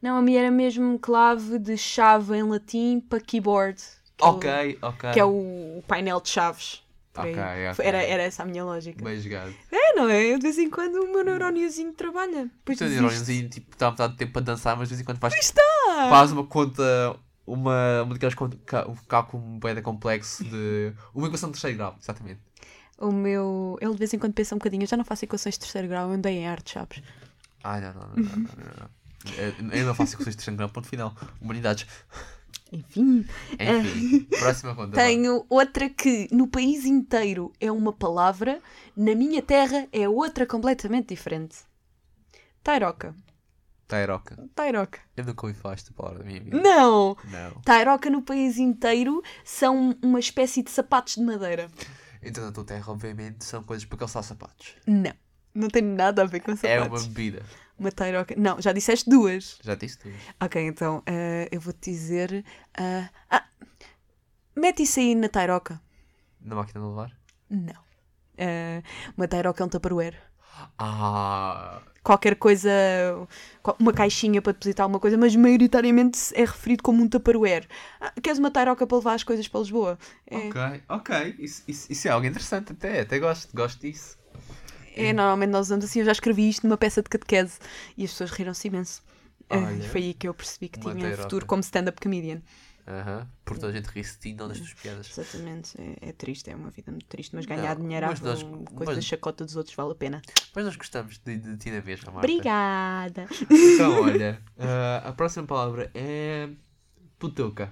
Speaker 2: Não, a minha era mesmo clave de chave em latim para keyboard. que eu-
Speaker 3: Ok, ok.
Speaker 2: Que é o o painel de chaves. por aí.
Speaker 3: Ok, ok.
Speaker 2: Era, era essa a minha lógica.
Speaker 3: Bem jogado.
Speaker 2: É, não é? Eu de vez em quando o meu neuróniozinho trabalha.
Speaker 3: Pois
Speaker 2: Pois
Speaker 3: teu
Speaker 2: existe.
Speaker 3: neuróniozinho, tipo, está a metade do tempo para dançar, mas de vez em quando faz. Faz uma conta. Uma, uma daquelas contas. Um cálculo um bem complexo de. Uma equação de terceiro grau, exatamente.
Speaker 2: O meu. Ele de vez em quando pensa um bocadinho. Eu já não faço equações de terceiro grau, eu andei em arte, sabes?
Speaker 3: Ai, não, não, não, não, não, não, não. Eu- Eu não faço equações de terceiro grau, ponto final. Humanidades.
Speaker 2: Enfim. [laughs]
Speaker 3: Enfim, próxima conta. vá.
Speaker 2: Tenho outra que no país inteiro é uma palavra, na minha terra é outra completamente diferente. Tairoca.
Speaker 3: Tairoca.
Speaker 2: Tairoca.
Speaker 3: Eu nunca ouvi falar esta palavra da minha vida.
Speaker 2: Não!
Speaker 3: Não.
Speaker 2: Tairoca no país inteiro são uma espécie de sapatos de madeira.
Speaker 3: Então, na tua terra, obviamente, são coisas para calçar sapatos.
Speaker 2: Não. Não tem nada a ver com
Speaker 3: É uma
Speaker 2: sapatos.
Speaker 3: bebida.
Speaker 2: uma tairoca. Não, já disseste duas.
Speaker 3: Já disse tu.
Speaker 2: Ok, então eh, eu vou-te dizer. ah, ah, mete isso aí na tairoca.
Speaker 3: Na máquina de levar?
Speaker 2: Não. Eh, uma tairoca é um taparoeiro.
Speaker 3: Ah.
Speaker 2: Qualquer coisa, qual- uma caixinha para depositar alguma coisa, mas maioritariamente é referido como um taparoeiro. Ah, queres uma tairoca para levar as coisas para Lisboa? É,
Speaker 3: Ok, ok. Isso, isso, isso é algo interessante, até, até gosto, gosto disso.
Speaker 2: é, normalmente nós usamos assim. Eu já escrevi isto numa peça de catequese e as pessoas riram-se imenso. Eh,
Speaker 3: Olha,
Speaker 2: foi aí que eu percebi que
Speaker 3: uma
Speaker 2: tinha
Speaker 3: tairoca.
Speaker 2: futuro como stand-up comedian.
Speaker 3: Aham. Por toda a gente rir-se de ti, não das tuas piadas.
Speaker 2: Exatamente, é, é triste, é uma vida muito triste, mas ganhar
Speaker 3: Não,
Speaker 2: dinheiro à
Speaker 3: mas nós-
Speaker 2: coisa
Speaker 3: mas-
Speaker 2: da chacota dos outros vale a pena.
Speaker 3: Mas nós gostamos de, de ti na mesma, Marta.
Speaker 2: Obrigada!
Speaker 3: Então, olha, ah, a próxima palavra é. Butuca.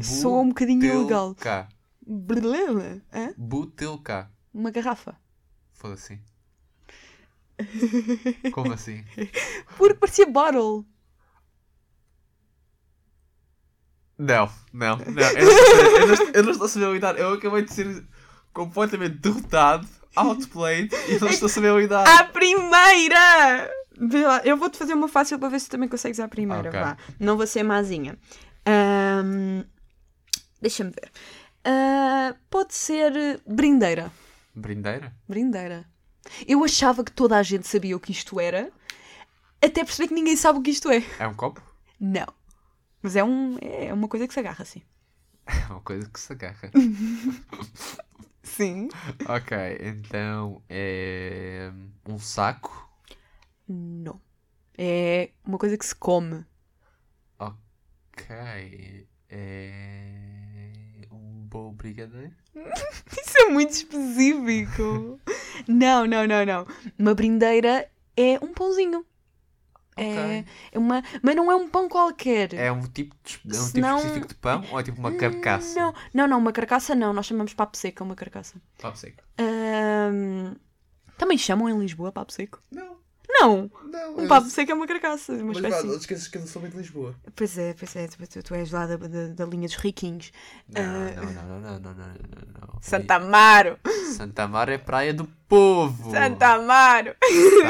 Speaker 2: Soa um bocadinho ilegal.
Speaker 3: Butuca.
Speaker 2: Blele, hã?
Speaker 3: Butuca.
Speaker 2: Uma garrafa.
Speaker 3: Foda-se. Como assim?
Speaker 2: Porque parecia bottle.
Speaker 3: Não, não, não. Eu não, estou- eu não, eu não estou a saber lidar. Eu acabei de ser completamente derrotado, outplayed, e não estou a saber lidar.
Speaker 2: À primeira! Vê lá, Eu vou-te fazer uma fácil para ver se tu também consegues à primeira.
Speaker 3: Ok.
Speaker 2: Vá. Não vou ser mazinha. Ahm, Deixa-me ver. Ah, pode ser brindeira.
Speaker 3: Brindeira?
Speaker 2: Brindeira. Eu achava que toda a gente sabia o que isto era, até perceber que ninguém sabe o que isto é.
Speaker 3: É um copo? [laughs]
Speaker 2: Não. Mas é, um, é uma coisa que se agarra, assim.
Speaker 3: É uma coisa que se
Speaker 2: [laughs]
Speaker 3: agarra.
Speaker 2: Sim.
Speaker 3: ok, então é um saco.
Speaker 2: Não. É uma coisa que se come.
Speaker 3: Ok, é um bom brigadeiro.
Speaker 2: Isso é muito específico. não, não, não, não. Uma brindeira é um pãozinho. É,
Speaker 3: Ok.
Speaker 2: é uma, mas não é um pão qualquer.
Speaker 3: É um tipo, de, é um tipo
Speaker 2: Senão-
Speaker 3: específico de pão ou é tipo
Speaker 2: Hum,
Speaker 3: uma carcaça?
Speaker 2: Não, não, não, uma carcaça não. Nós chamamos papo seca uma carcaça.
Speaker 3: Papo seco.
Speaker 2: Ahm, Também chamam em Lisboa papo seco?
Speaker 3: Não,
Speaker 2: Não!
Speaker 3: não.
Speaker 2: Um
Speaker 3: eu-
Speaker 2: papo seco é uma carcaça, uma
Speaker 3: Mas
Speaker 2: espécie.
Speaker 3: vá, não te esqueças que eu não sou bem de Lisboa.
Speaker 2: Pois é, pois é, tu, tu- tu és lá da, da, da linha dos riquinhos.
Speaker 3: Não,
Speaker 2: Ah,
Speaker 3: não, não, não, não, não, não, não.
Speaker 2: Santa Amaro!
Speaker 3: Santa Mar é praia do povo.
Speaker 2: Santa Amaro!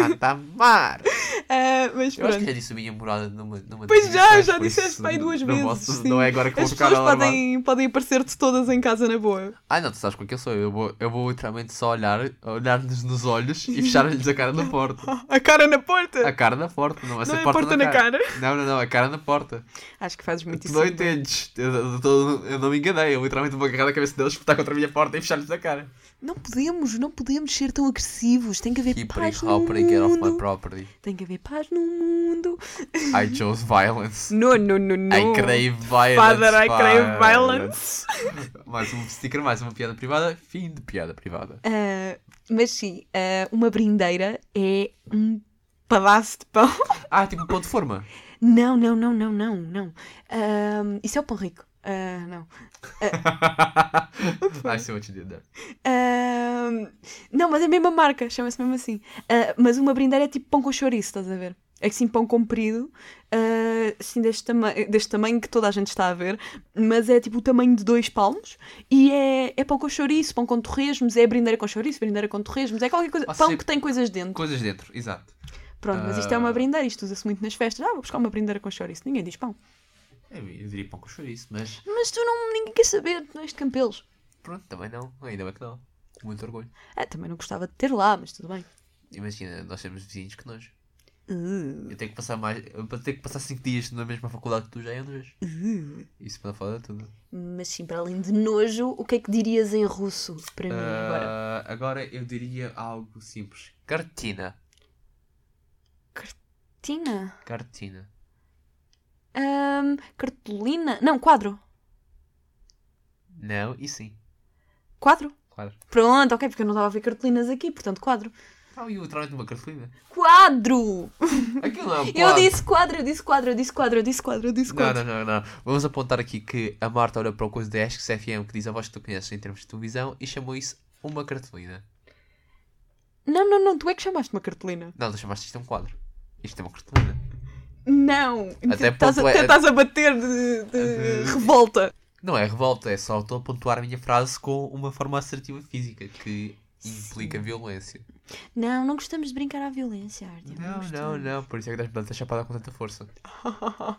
Speaker 3: Santa Mar.
Speaker 2: Ah, mas
Speaker 3: Eu acho que
Speaker 2: pronto.
Speaker 3: já disse a minha morada numa, numa
Speaker 2: Pois
Speaker 3: das
Speaker 2: já,
Speaker 3: edições,
Speaker 2: já
Speaker 3: por
Speaker 2: disseste
Speaker 3: isso
Speaker 2: pai duas
Speaker 3: não
Speaker 2: vezes.
Speaker 3: posso-
Speaker 2: sim.
Speaker 3: Não é agora que
Speaker 2: As
Speaker 3: vou ficar
Speaker 2: pessoas
Speaker 3: a alarmar.
Speaker 2: podem, podem aparecer-te todas em casa na boa.
Speaker 3: Ah não, tu sabes qual que eu sou. Eu vou, eu vou literalmente só olhar, olhar-lhes nos olhos e fechar-lhes a cara na porta.
Speaker 2: A cara na porta!
Speaker 3: A cara na porta, não vai ser
Speaker 2: não é
Speaker 3: porta,
Speaker 2: porta
Speaker 3: na, cara.
Speaker 2: cara.
Speaker 3: Não, não, não, a é? cara na porta.
Speaker 2: Acho que fazes muito
Speaker 3: Tu
Speaker 2: isso. é
Speaker 3: não entendes. Eu, eu tô- eu não me enganei. Eu literalmente vou agarrar a cabeça deles, espetar contra a minha porta e fechar-lhes a cara.
Speaker 2: Não podemos, não podemos ser tão agressivos. Tem que haver
Speaker 3: Keep
Speaker 2: paz no
Speaker 3: hoppering, get off my
Speaker 2: mundo.
Speaker 3: property.
Speaker 2: Tem que haver paz no mundo.
Speaker 3: I chose violence.
Speaker 2: No, no, no, [laughs] no.
Speaker 3: I crave violence.
Speaker 2: Father, I
Speaker 3: pá.
Speaker 2: crave violence.
Speaker 3: Mais um sticker, mais uma piada privada. Fim de piada privada.
Speaker 2: Ah, mas sim, ah, uma brindeira é um pedaço de pão. [laughs]
Speaker 3: Ah, tipo pão de forma.
Speaker 2: Não, não, não, não, não, não. Ah, isso é o pão rico. Ah, não.
Speaker 3: I see what you did there.
Speaker 2: Ah, não, mas é a mesma marca, chama-se mesmo assim. Ah, mas uma brindeira é tipo pão com chouriço, estás a ver? É assim, pão comprido, ah, assim deste, tama deste tamanho que toda a gente está a ver, mas é tipo o tamanho de dois palmos e é, é pão com chouriço, pão com torresmos, é brindeira com chouriço, brindeira com torresmos, é qualquer coisa,
Speaker 3: Ou
Speaker 2: pão
Speaker 3: seja,
Speaker 2: que tem coisas dentro.
Speaker 3: Coisas dentro, exato.
Speaker 2: Pronto, mas isto é uma brindeira, isto usa-se muito nas festas. Ah, vou buscar uma brindeira com chouriço, ninguém diz pão.
Speaker 3: Eu, É, eu diria pão com chouriço, mas
Speaker 2: Mas tu não, ninguém quer saber, não és de Campelos.
Speaker 3: pronto, também não. Ainda bem que não. Com Muito orgulho.
Speaker 2: Ah, também não gostava de ter lá, mas tudo bem.
Speaker 3: Imagina, nós temos vizinhos que nós.
Speaker 2: Uh,
Speaker 3: Eu tenho que passar mais. Eu tenho que passar 5 dias na mesma faculdade que tu já é duas vezes.
Speaker 2: uh.
Speaker 3: Isso para falar de tudo.
Speaker 2: Mas sim, para além de nojo, o que é que dirias em russo para mim agora?
Speaker 3: Ah, agora eu diria algo simples. Cartina.
Speaker 2: Tina?
Speaker 3: Cartina.
Speaker 2: Ahm, cartolina? Não, quadro.
Speaker 3: Não e sim.
Speaker 2: Quadro?
Speaker 3: Quadro.
Speaker 2: Pronto, ok, porque eu não estava a ver cartolinas aqui, portanto, quadro.
Speaker 3: Ah, e o trabalho de uma cartolina.
Speaker 2: Quadro!
Speaker 3: Aquilo é um
Speaker 2: Eu
Speaker 3: quadro.
Speaker 2: disse quadro, eu disse quadro, eu disse quadro, eu disse quadro, eu disse
Speaker 3: Não,
Speaker 2: quadro.
Speaker 3: não, não, não. Vamos apontar aqui que a Marta olhou para o coisa da Esques FM que diz a voz que tu conheces em termos de televisão e chamou isso uma cartolina.
Speaker 2: Não, não, não, tu é que chamaste uma cartolina.
Speaker 3: Não, tu chamaste isto um quadro. Isto é uma cartolina.
Speaker 2: Não!
Speaker 3: Até
Speaker 2: estás, a,
Speaker 3: ponto é-
Speaker 2: até estás a bater de, de
Speaker 3: De-
Speaker 2: revolta.
Speaker 3: Não é revolta, é só estou a pontuar a minha frase com uma forma assertiva física que implica violência.
Speaker 2: Não, não gostamos de brincar à violência, Artem.
Speaker 3: Não, não, não. Por isso é que das plantas chapada com tanta força.
Speaker 2: [laughs]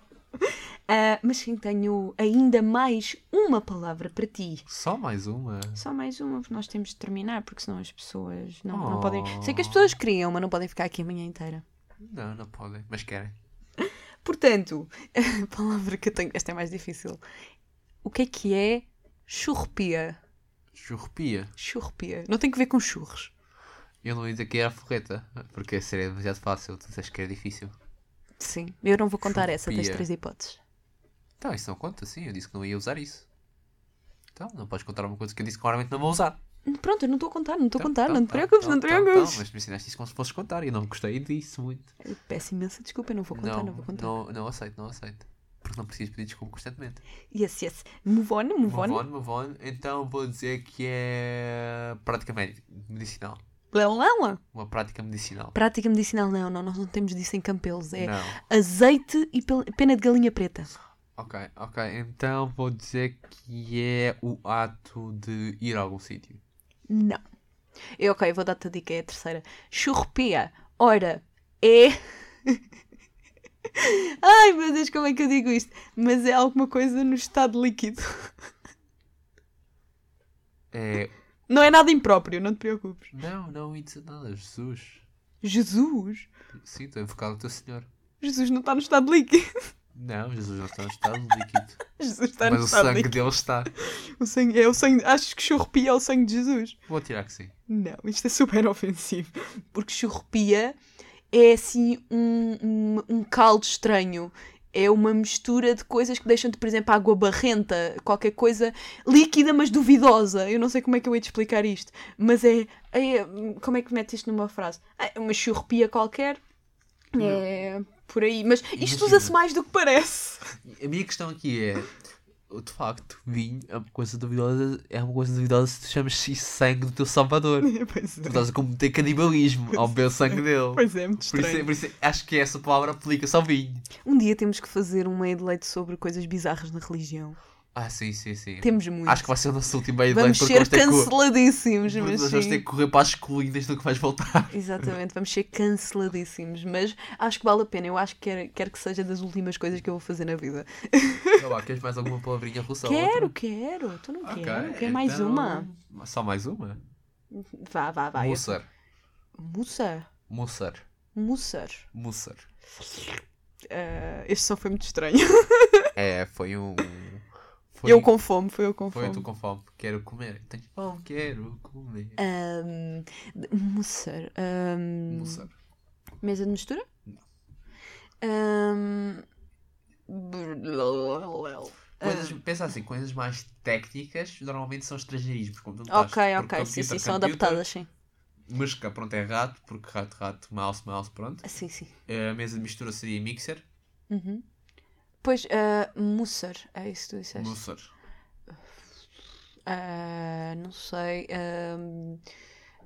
Speaker 2: Ah, mas sim, tenho ainda mais uma palavra para ti.
Speaker 3: Só mais uma.
Speaker 2: Só mais uma, porque nós temos de terminar, porque senão as pessoas não, não
Speaker 3: Oh.
Speaker 2: podem. Sei que as pessoas queriam, mas não podem ficar aqui a manhã inteira.
Speaker 3: Não, não podem, mas querem.
Speaker 2: Portanto, [laughs] a palavra que eu tenho. Esta é mais difícil. O que é que é churrupia?
Speaker 3: Churrupia.
Speaker 2: Churrupia. Não tem que ver com churros.
Speaker 3: Eu não ia dizer que era forreta, porque seria demasiado fácil. Tu disseste que era difícil.
Speaker 2: Sim, eu não vou contar essa, tens
Speaker 3: Churrupia.
Speaker 2: três hipóteses.
Speaker 3: Então, isso não conta, sim. Eu disse que não ia usar isso. Então, não podes contar uma coisa que eu disse que claramente não vou usar.
Speaker 2: Pronto, eu não estou a contar, não estou a
Speaker 3: Então,
Speaker 2: contar,
Speaker 3: então,
Speaker 2: não te
Speaker 3: então,
Speaker 2: preocupes,
Speaker 3: então,
Speaker 2: não te
Speaker 3: então,
Speaker 2: preocupes.
Speaker 3: então, mas me ensinaste isso como se fosses contar e eu não gostei disso muito.
Speaker 2: Peço imensa desculpa, eu não vou contar, não,
Speaker 3: não,
Speaker 2: vou contar.
Speaker 3: não, não aceito, não aceito. Porque não preciso pedir desculpa constantemente.
Speaker 2: Yes, yes. Move on, move,
Speaker 3: Move
Speaker 2: on.
Speaker 3: on, move on. Então vou dizer que é prática médica, medicinal.
Speaker 2: Lá, lá, lá.
Speaker 3: Uma prática medicinal.
Speaker 2: Prática medicinal, não, não, nós não temos disso em Campelos. É
Speaker 3: Não.
Speaker 2: azeite e pel- pena de galinha preta.
Speaker 3: Ok, ok. Então vou dizer que é o ato de ir a algum sítio.
Speaker 2: Não. Eu, ok, vou dar-te a dica, é a terceira. Churrupia. Ora, é. [laughs] Ai meu Deus, como é que eu digo isto? Mas é alguma coisa no estado líquido.
Speaker 3: É.
Speaker 2: Não é nada impróprio, não te preocupes.
Speaker 3: Não, não ia dizer nada, Jesus.
Speaker 2: Jesus!
Speaker 3: Sim, estou invocado o teu senhor.
Speaker 2: Jesus não está no estado líquido. [laughs]
Speaker 3: Não, Jesus não está no estado líquido.
Speaker 2: Jesus [laughs] está
Speaker 3: Mas o
Speaker 2: no estado
Speaker 3: sangue
Speaker 2: líquido.
Speaker 3: dele está.
Speaker 2: O sangue, é o sangue. Achas que churrupia é o sangue de Jesus?
Speaker 3: Vou tirar que sim.
Speaker 2: Não, isto é super [laughs] ofensivo. Porque churrupia é assim um, um, um caldo estranho. É uma mistura de coisas que deixam-te, por exemplo, água barrenta, qualquer coisa líquida, mas duvidosa. Eu não sei como é que eu ia te explicar isto, mas é. é- como é que metes isto numa frase? Ah, É uma churrupia qualquer. É por aí. Mas isto
Speaker 3: Imagina.
Speaker 2: usa-se mais do que parece.
Speaker 3: A minha questão aqui é. de facto, vinho é uma coisa duvidosa, é uma coisa duvidosa se tu chamas isso sangue do teu Salvador.
Speaker 2: [laughs] pois
Speaker 3: Tu
Speaker 2: é.
Speaker 3: estás a cometer canibalismo ao beber sangue dele.
Speaker 2: Pois é, muito
Speaker 3: Por isso,
Speaker 2: estranho.
Speaker 3: por isso acho que essa palavra aplica-se ao vinho.
Speaker 2: Um dia temos que fazer um meio de leite sobre coisas bizarras na religião.
Speaker 3: Ah, sim, sim, sim.
Speaker 2: Temos muito.
Speaker 3: Acho que vai ser o nosso último meio de leite
Speaker 2: Vamos
Speaker 3: porque
Speaker 2: ser
Speaker 3: nós temos que cor-
Speaker 2: canceladíssimos,
Speaker 3: porque
Speaker 2: mas
Speaker 3: nós vamos ter
Speaker 2: sim.
Speaker 3: que correr para as colinas do que vais
Speaker 2: [laughs]
Speaker 3: voltar.
Speaker 2: Exatamente, vamos ser canceladíssimos, mas acho que vale a pena. Eu acho que quero, quero que seja das últimas coisas que eu vou fazer na vida.
Speaker 3: Tá lá, queres mais alguma palavrinha russa? ou
Speaker 2: quero,
Speaker 3: outra?
Speaker 2: quero. Tu não
Speaker 3: Ok,
Speaker 2: quero? Quer mais
Speaker 3: então,
Speaker 2: uma? é
Speaker 3: Só mais uma?
Speaker 2: Vá, vá, vá. eu-
Speaker 3: Musser.
Speaker 2: Moça.
Speaker 3: Musser.
Speaker 2: Moçar.
Speaker 3: Musser.
Speaker 2: Ah, este só foi muito estranho.
Speaker 3: É, foi um. Foi, um,
Speaker 2: Eu com fome, foi eu com
Speaker 3: foi
Speaker 2: fome.
Speaker 3: eu tô com fome. Quero comer. Tenho fome, quero comer.
Speaker 2: Ahm, moçar, ahm,
Speaker 3: Musser.
Speaker 2: ah, Mesa de mistura?
Speaker 3: Não.
Speaker 2: Ahm, brrrr.
Speaker 3: Coisas, pensa assim, coisas mais técnicas normalmente são estrangeirismos. Como tu estás,
Speaker 2: Ah, Ok,
Speaker 3: porque
Speaker 2: ok, sim, sim,
Speaker 3: computer,
Speaker 2: são
Speaker 3: computer,
Speaker 2: adaptadas, sim.
Speaker 3: Mosca, pronto, é rato, porque rato, rato, mouse, mouse, pronto. É,
Speaker 2: Ah, Sim, sim.
Speaker 3: A mesa de mistura seria mixer.
Speaker 2: Uhum. Pois, uh, moçar, é isso que tu disseste.
Speaker 3: Musser.
Speaker 2: Ah, não sei. ahm,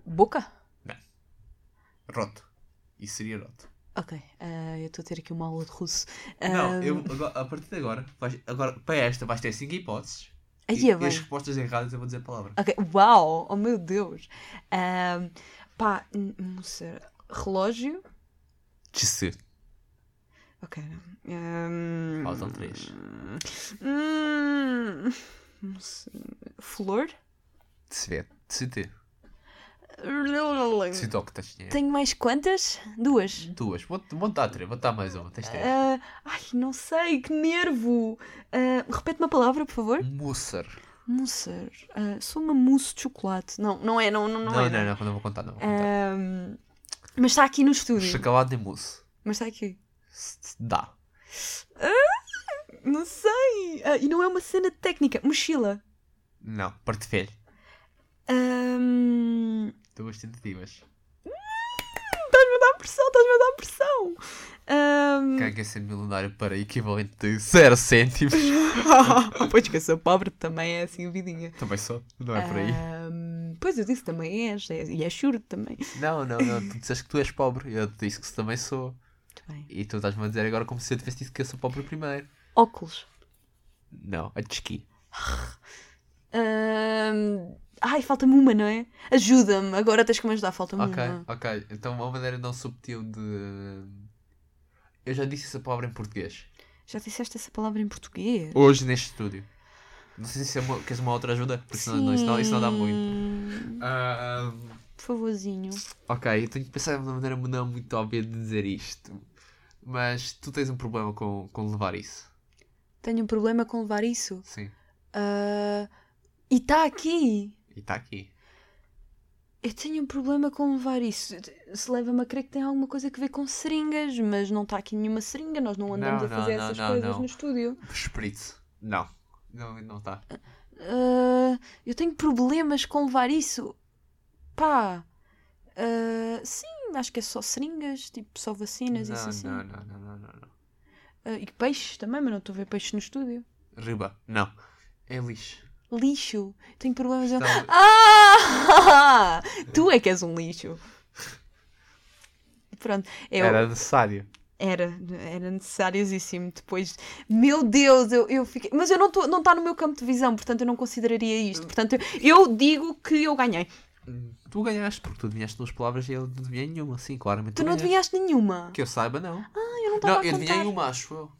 Speaker 2: boca?
Speaker 3: Roto. Isso seria roto.
Speaker 2: Ok, ah, eu estou a ter aqui uma aula de russo. Ehm,
Speaker 3: Não,
Speaker 2: Ahm,
Speaker 3: eu, agora- a partir de agora, vais- agora, para esta, vais ter 5 hipóteses.
Speaker 2: aí
Speaker 3: e,
Speaker 2: é
Speaker 3: e as
Speaker 2: bem.
Speaker 3: respostas erradas eu vou dizer a palavra.
Speaker 2: Ok, uau, oh meu Deus. Ahm, pá, n- moçar, relógio?
Speaker 3: Tisse.
Speaker 2: Ok. ahm,
Speaker 3: Faltam três.
Speaker 2: Hum, [laughs] não sei. flor?
Speaker 3: Tisse. Tisse. toque, tens dinheiro.
Speaker 2: Tenho mais quantas? Duas.
Speaker 3: Duas. Vou- Vou-te dar três, vou-te dar mais uma. Tens três.
Speaker 2: Ah, ai, não sei, que nervo! Ah, repete uma palavra, por favor.
Speaker 3: Um Musser.
Speaker 2: Moçar. Ah, sou uma mousse de chocolate. Não, não é, não, não, não,
Speaker 3: Não,
Speaker 2: é.
Speaker 3: não, não, não, vou contar, não. Vou contar.
Speaker 2: Ahm, mas está aqui no estúdio.
Speaker 3: Chocolate e mousse.
Speaker 2: Mas está aqui.
Speaker 3: S- s- Dá.
Speaker 2: Não sei! Ah, e não é uma cena técnica. Mochila.
Speaker 3: Não, portfélio.
Speaker 2: Ahm,
Speaker 3: Duas tentativas.
Speaker 2: Estás-me a dar pressão, estás-me a dar pressão! Ahm,
Speaker 3: Quem quer ser milionário para equivalente de 0 cêntimos?
Speaker 2: [laughs] [laughs] pois que eu sou pobre também é assim, vidinha.
Speaker 3: Também sou, não é por aí.
Speaker 2: Ah. Ahm, pois eu disse também és, é- e és surdo também.
Speaker 3: Não, não, não, tu disseste que tu és pobre, eu te disse que também sou.
Speaker 2: Muito bem.
Speaker 3: E tu estás-me a dizer agora como se eu tivesse dito que eu sou pobre primeiro.
Speaker 2: Óculos.
Speaker 3: Não, a de esqui.
Speaker 2: Ahm, ai, falta-me uma, não é? Ajuda-me, agora tens que me ajudar, falta-me
Speaker 3: Ok,
Speaker 2: uma.
Speaker 3: ok. Então uma maneira não subtil de. Eu já disse essa palavra em português.
Speaker 2: Já disseste essa palavra em português?
Speaker 3: Hoje neste estúdio. Não sei se é uma, queres uma outra ajuda, porque senão, não, isso, não, isso não dá muito.
Speaker 2: Sim,
Speaker 3: Ah,
Speaker 2: Por favorzinho.
Speaker 3: ok, eu tenho que pensar de uma maneira não muito óbvia de dizer isto. Mas tu tens um problema com, com levar isso.
Speaker 2: Tenho um problema com levar isso.
Speaker 3: Sim.
Speaker 2: Ah, e está aqui!
Speaker 3: E está aqui.
Speaker 2: Eu tenho um problema com levar isso. Se leva-me a crer que tem alguma coisa que ver com seringas, mas não está aqui nenhuma seringa, nós não andamos
Speaker 3: Não,
Speaker 2: a
Speaker 3: não,
Speaker 2: fazer
Speaker 3: não,
Speaker 2: essas
Speaker 3: não,
Speaker 2: coisas
Speaker 3: não.
Speaker 2: no estúdio.
Speaker 3: Espírito. Não. Não, não está.
Speaker 2: Ah, eu tenho problemas com levar isso. Pá. Ah, sim, acho que é só seringas, tipo só vacinas, isso assim.
Speaker 3: não, não, não, não, não, não.
Speaker 2: Ah, e peixes também, mas não estou a ver peixes no estúdio.
Speaker 3: Riba. Não. É lixo.
Speaker 2: Lixo. Tenho problemas. em-
Speaker 3: Está-
Speaker 2: Ah! [laughs] Tu é que és um lixo. Pronto, eu,
Speaker 3: Era necessário.
Speaker 2: Era, era necessariosíssimo. Depois, meu Deus, eu, eu fiquei. Mas eu não estou, não está no meu campo de visão, portanto eu não consideraria
Speaker 3: Hum.
Speaker 2: isto. Portanto, eu, eu digo que eu ganhei.
Speaker 3: Tu ganhaste, porque tu adivinhaste duas palavras e eu não adivinhei nenhuma, sim, claramente.
Speaker 2: Tu não
Speaker 3: ganhaste.
Speaker 2: adivinhaste nenhuma.
Speaker 3: Que eu saiba, não.
Speaker 2: Ah, eu não estava
Speaker 3: não,
Speaker 2: a
Speaker 3: eu adivinhei
Speaker 2: contar.
Speaker 3: uma, acho eu.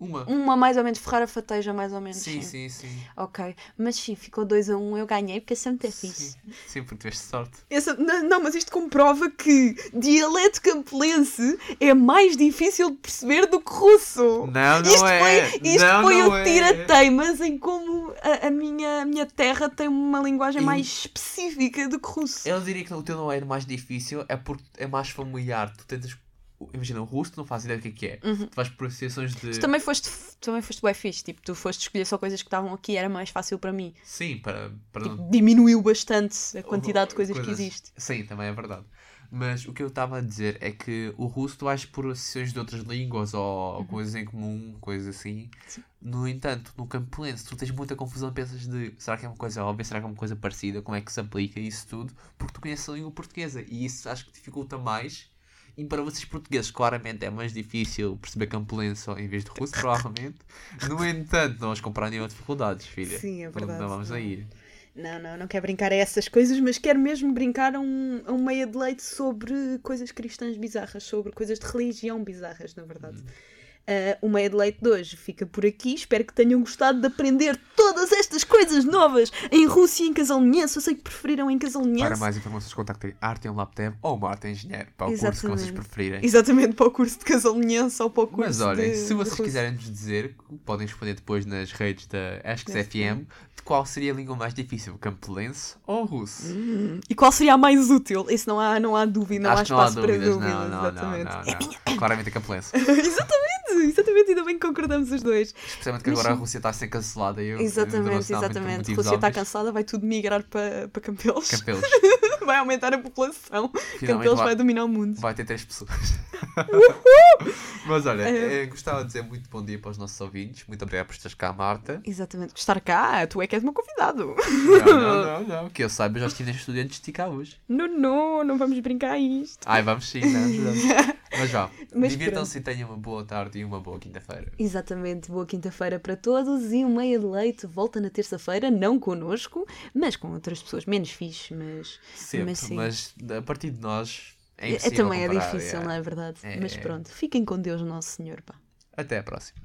Speaker 3: Uma.
Speaker 2: Uma mais ou menos, Ferrara Fateja, mais ou menos.
Speaker 3: Sim, sim, sim.
Speaker 2: Ok, mas sim, ficou 2 a 1, um, eu ganhei, porque sempre é fixe.
Speaker 3: Sim, sim, porque tiveste sorte.
Speaker 2: Essa- não, não, mas isto comprova que dialeto campelense é mais difícil de perceber do que russo.
Speaker 3: Não, não
Speaker 2: isto
Speaker 3: é.
Speaker 2: foi, isto
Speaker 3: não,
Speaker 2: foi
Speaker 3: não
Speaker 2: o
Speaker 3: é.
Speaker 2: tira-teimas em como a, a minha, a minha terra tem uma linguagem
Speaker 3: E-
Speaker 2: mais específica do que russo.
Speaker 3: Eu diria que o teu não é mais difícil, é porque é mais familiar. Tu tentas. Imagina, o russo tu não faz ideia do que é que é.
Speaker 2: Uhum.
Speaker 3: Tu vais por associações de.
Speaker 2: Tu também foste, também foste bem fixe, tipo, tu foste escolher só coisas que estavam aqui, era mais fácil para mim.
Speaker 3: Sim, para, para
Speaker 2: Tipo, diminuiu bastante a quantidade de coisas, que existe.
Speaker 3: Sim, também é verdade. Mas o que eu estava a dizer é que o russo tu achas por associações de outras línguas ou coisas em comum, coisas assim.
Speaker 2: Uhum. Sim.
Speaker 3: No entanto, no campolense tu tens muita confusão, pensas de será que é uma coisa óbvia, será que é uma coisa parecida, como é que se aplica isso tudo, porque tu conheces a língua portuguesa e isso acho que dificulta mais. E para vocês portugueses, claramente é mais difícil perceber campolense em vez de
Speaker 2: [laughs]
Speaker 3: russo, provavelmente. No entanto, não vamos comparar nenhuma dificuldades, filha.
Speaker 2: Sim, é
Speaker 3: Não-
Speaker 2: verdade.
Speaker 3: Não vamos aí.
Speaker 2: Não, não, não quero brincar a essas coisas, mas quero mesmo brincar a um, a um meia de leite sobre coisas cristãs bizarras, sobre coisas de religião bizarras, na verdade.
Speaker 3: Hum.
Speaker 2: Ah, o meia de leite de hoje fica por aqui. Espero que tenham gostado de aprender todas estas coisas novas em Rússia e em Casalniense. Eu sei que preferiram em
Speaker 3: Para
Speaker 2: Casalniense.
Speaker 3: mais informações, contactem Arte em Labteb ou uma Arte Engenheiro, para o curso que vocês
Speaker 2: Exatamente.
Speaker 3: preferirem.
Speaker 2: Exatamente, para o curso de Casalniense ou para o curso
Speaker 3: Mas olhem,
Speaker 2: de-
Speaker 3: se vocês
Speaker 2: de russo.
Speaker 3: quiserem nos dizer, podem responder depois nas redes da Asks
Speaker 2: Neste
Speaker 3: FM, de qual seria a língua mais difícil, campolense ou russo?
Speaker 2: E qual seria a mais útil? Isso não há, não há dúvida, Hum, não há
Speaker 3: Acho que não há
Speaker 2: espaço para
Speaker 3: dúvidas,
Speaker 2: dúvidas.
Speaker 3: não, não, não, não,
Speaker 2: exatamente. É
Speaker 3: não. Claramente é a campolense.
Speaker 2: [laughs] exatamente, exatamente, ainda bem que concordamos os dois.
Speaker 3: Especialmente que
Speaker 2: Mas
Speaker 3: agora a
Speaker 2: sim.
Speaker 3: Rússia está a ser cancelada. e Eu,
Speaker 2: Exatamente, exatamente. A Rússia está cansada, vai tudo migrar para, para Campelos.
Speaker 3: Campelos.
Speaker 2: [laughs] Vai aumentar a população.
Speaker 3: Finalmente
Speaker 2: Campelos
Speaker 3: vai-
Speaker 2: vai dominar o mundo.
Speaker 3: Vai ter três pessoas. [laughs] Mas olha,
Speaker 2: É.
Speaker 3: eh, gostava de dizer muito bom dia para os nossos ouvintes. Muito obrigado por estares cá, Marta.
Speaker 2: Exatamente. Estar cá, tu é que és meu convidado.
Speaker 3: Não, não, não, não. Que eu saiba, já estive neste estudantes de cá hoje.
Speaker 2: [laughs] Não, não, não vamos brincar a isto.
Speaker 3: Ai, vamos sim, vamos, vamos. Mas vá,
Speaker 2: [laughs] Mas
Speaker 3: divirtam-se e tenham uma boa tarde e uma boa quinta-feira.
Speaker 2: Exatamente, boa quinta-feira para todos e o Meia de Leite volta na terça-feira, não connosco, mas com outras pessoas menos fixe, mas
Speaker 3: Sempre,
Speaker 2: Mas
Speaker 3: mas,
Speaker 2: sim.
Speaker 3: a partir de nós é
Speaker 2: é,
Speaker 3: impossível
Speaker 2: também é
Speaker 3: comparar,
Speaker 2: difícil,
Speaker 3: é.
Speaker 2: não é verdade?
Speaker 3: É,
Speaker 2: Mas
Speaker 3: é.
Speaker 2: pronto, fiquem com Deus, nosso Senhor, pá.
Speaker 3: Até à próxima.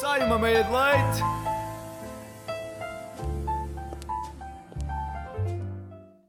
Speaker 1: Sai uma meia de leite.